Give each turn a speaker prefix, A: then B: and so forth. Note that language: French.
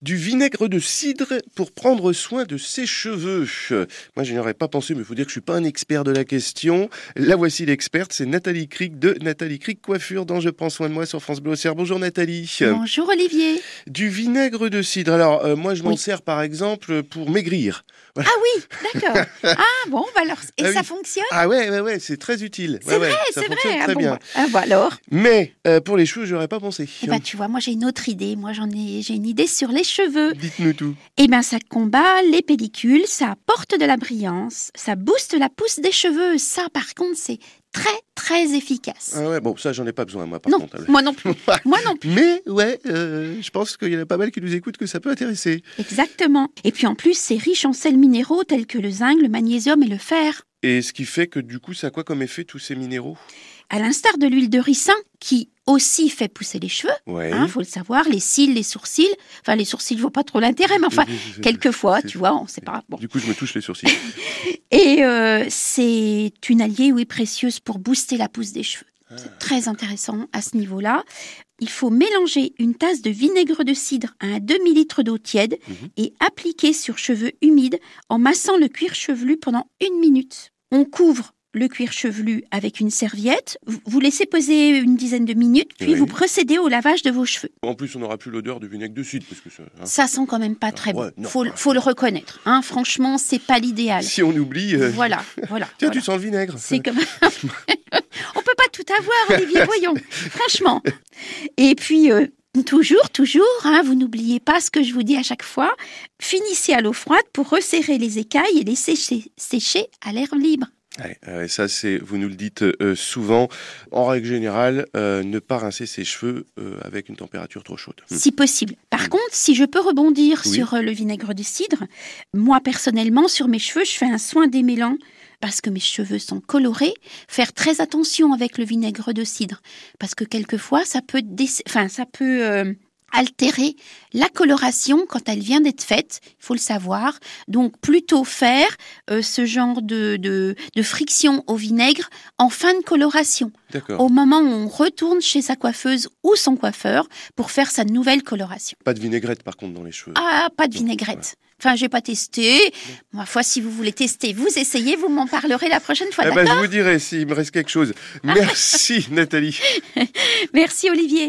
A: du vinaigre de cidre pour prendre soin de ses cheveux. Euh, Moi, je n'y aurais pas pensé, mais il faut dire que je suis pas un expert de la question. La voici l'experte, c'est Nathalie Cric de Nathalie Cric Coiffure dans Je prends soin de moi sur France Bleu Auxerre. Bonjour Nathalie.
B: Bonjour Olivier.
A: Du vinaigre de cidre. Alors, euh, moi, je m'en
B: Oui.
A: sers par exemple pour maigrir.
B: Ah oui, d'accord. Ah bon, bah alors, et
A: Ah
B: ça
A: oui.
B: fonctionne
A: Ah ouais, ouais, ouais, c'est très utile.
B: C'est
A: Ouais, ouais,
B: Eh,
A: ça
B: C'est
A: fonctionne
B: vrai. Ah
A: très
B: bon,
A: bien.
B: bah, ah bon, alors,
A: Mais euh, pour les cheveux, j'aurais pas pensé.
B: eh ben, tu vois, moi j'ai une autre idée. Moi j'en ai, j'ai une idée sur les cheveux.
A: Dites-nous tout.
B: Eh ben, ça combat les pellicules, ça apporte de la brillance, ça booste la pousse des cheveux. Ça, par contre, c'est très très efficace.
A: Ah ouais, bon, ça, j'en ai pas besoin, moi, par
B: non,
A: contre. hein,
B: moi non plus. moi non plus.
A: Mais ouais, euh, je pense qu'il y en a pas mal qui nous écoutent que ça peut intéresser.
B: Exactement. Et puis en plus, c'est riche en sels minéraux tels que le zinc, le magnésium et le fer.
A: Et ce qui fait que du coup, ça a quoi comme effet tous ces minéraux
B: À l'instar de l'huile de ricin, qui aussi fait pousser les cheveux.
A: Ouais.
B: Il Hein, faut le savoir, les cils, les sourcils. Enfin, les sourcils, je vois pas trop l'intérêt, mais enfin, quelquefois, tu vois, on sait pas. Bon.
A: Du coup, je me touche les sourcils.
B: Et euh, c'est une alliée, oui, précieuse pour booster la pousse des cheveux.
A: Ah.
B: C'est très intéressant à ce niveau-là. Il faut mélanger une tasse de vinaigre de cidre à un demi-litre d'eau tiède
A: Mhm.
B: et appliquer sur cheveux humides en massant le cuir chevelu pendant une minute. On couvre le cuir chevelu avec une serviette, vous- vous laissez poser une dizaine de minutes, puis
A: Oui.
B: vous procédez au lavage de vos cheveux.
A: en plus, on n'aura plus l'odeur du vinaigre de cidre, parce que ça, hein.
B: Ça sent quand même pas très
A: ouais,
B: bon.
A: non,
B: faut, le-
A: ouais.
B: faut le reconnaître. Hein, franchement, c'est pas l'idéal.
A: si on oublie. euh,
B: Voilà, voilà.
A: Tiens,
B: voilà.
A: tu sens le vinaigre.
B: C'est comme. On peut pas tout avoir, Olivier, voyons. Franchement. Et puis. euh, Toujours, toujours, hein, vous n'oubliez pas ce que je vous dis à chaque fois, finissez à l'eau froide pour resserrer les écailles et les sécher, sécher à l'air libre.
A: Ouais, euh, ça, c'est, vous nous le dites euh, souvent. En règle générale, euh, ne pas rincer ses cheveux euh, avec une température trop chaude.
B: si possible. Par contre, si je peux rebondir
A: Mmh. Oui.
B: sur euh, le vinaigre de cidre, moi personnellement, sur mes cheveux, je fais un soin démêlant parce que mes cheveux sont colorés. Faire très attention avec le vinaigre de cidre parce que quelquefois, ça peut, dé- enfin, ça peut euh, altérer la coloration quand elle vient d'être faite. Il faut le savoir. Donc, plutôt faire euh, ce genre de, de, de friction au vinaigre en fin de coloration
A: D'accord.
B: au moment où on retourne chez sa coiffeuse ou son coiffeur pour faire sa nouvelle coloration.
A: Pas de vinaigrette, par contre, dans les cheveux.
B: Ah, pas de vinaigrette. Enfin, j'ai pas testé. Ma foi, si vous voulez tester, vous essayez, vous m'en parlerez la prochaine fois.
A: Eh
B: Ah, d'accord Ah,
A: ben, je vous dirai s'il me reste quelque chose. Merci, Nathalie.
B: Merci Olivier.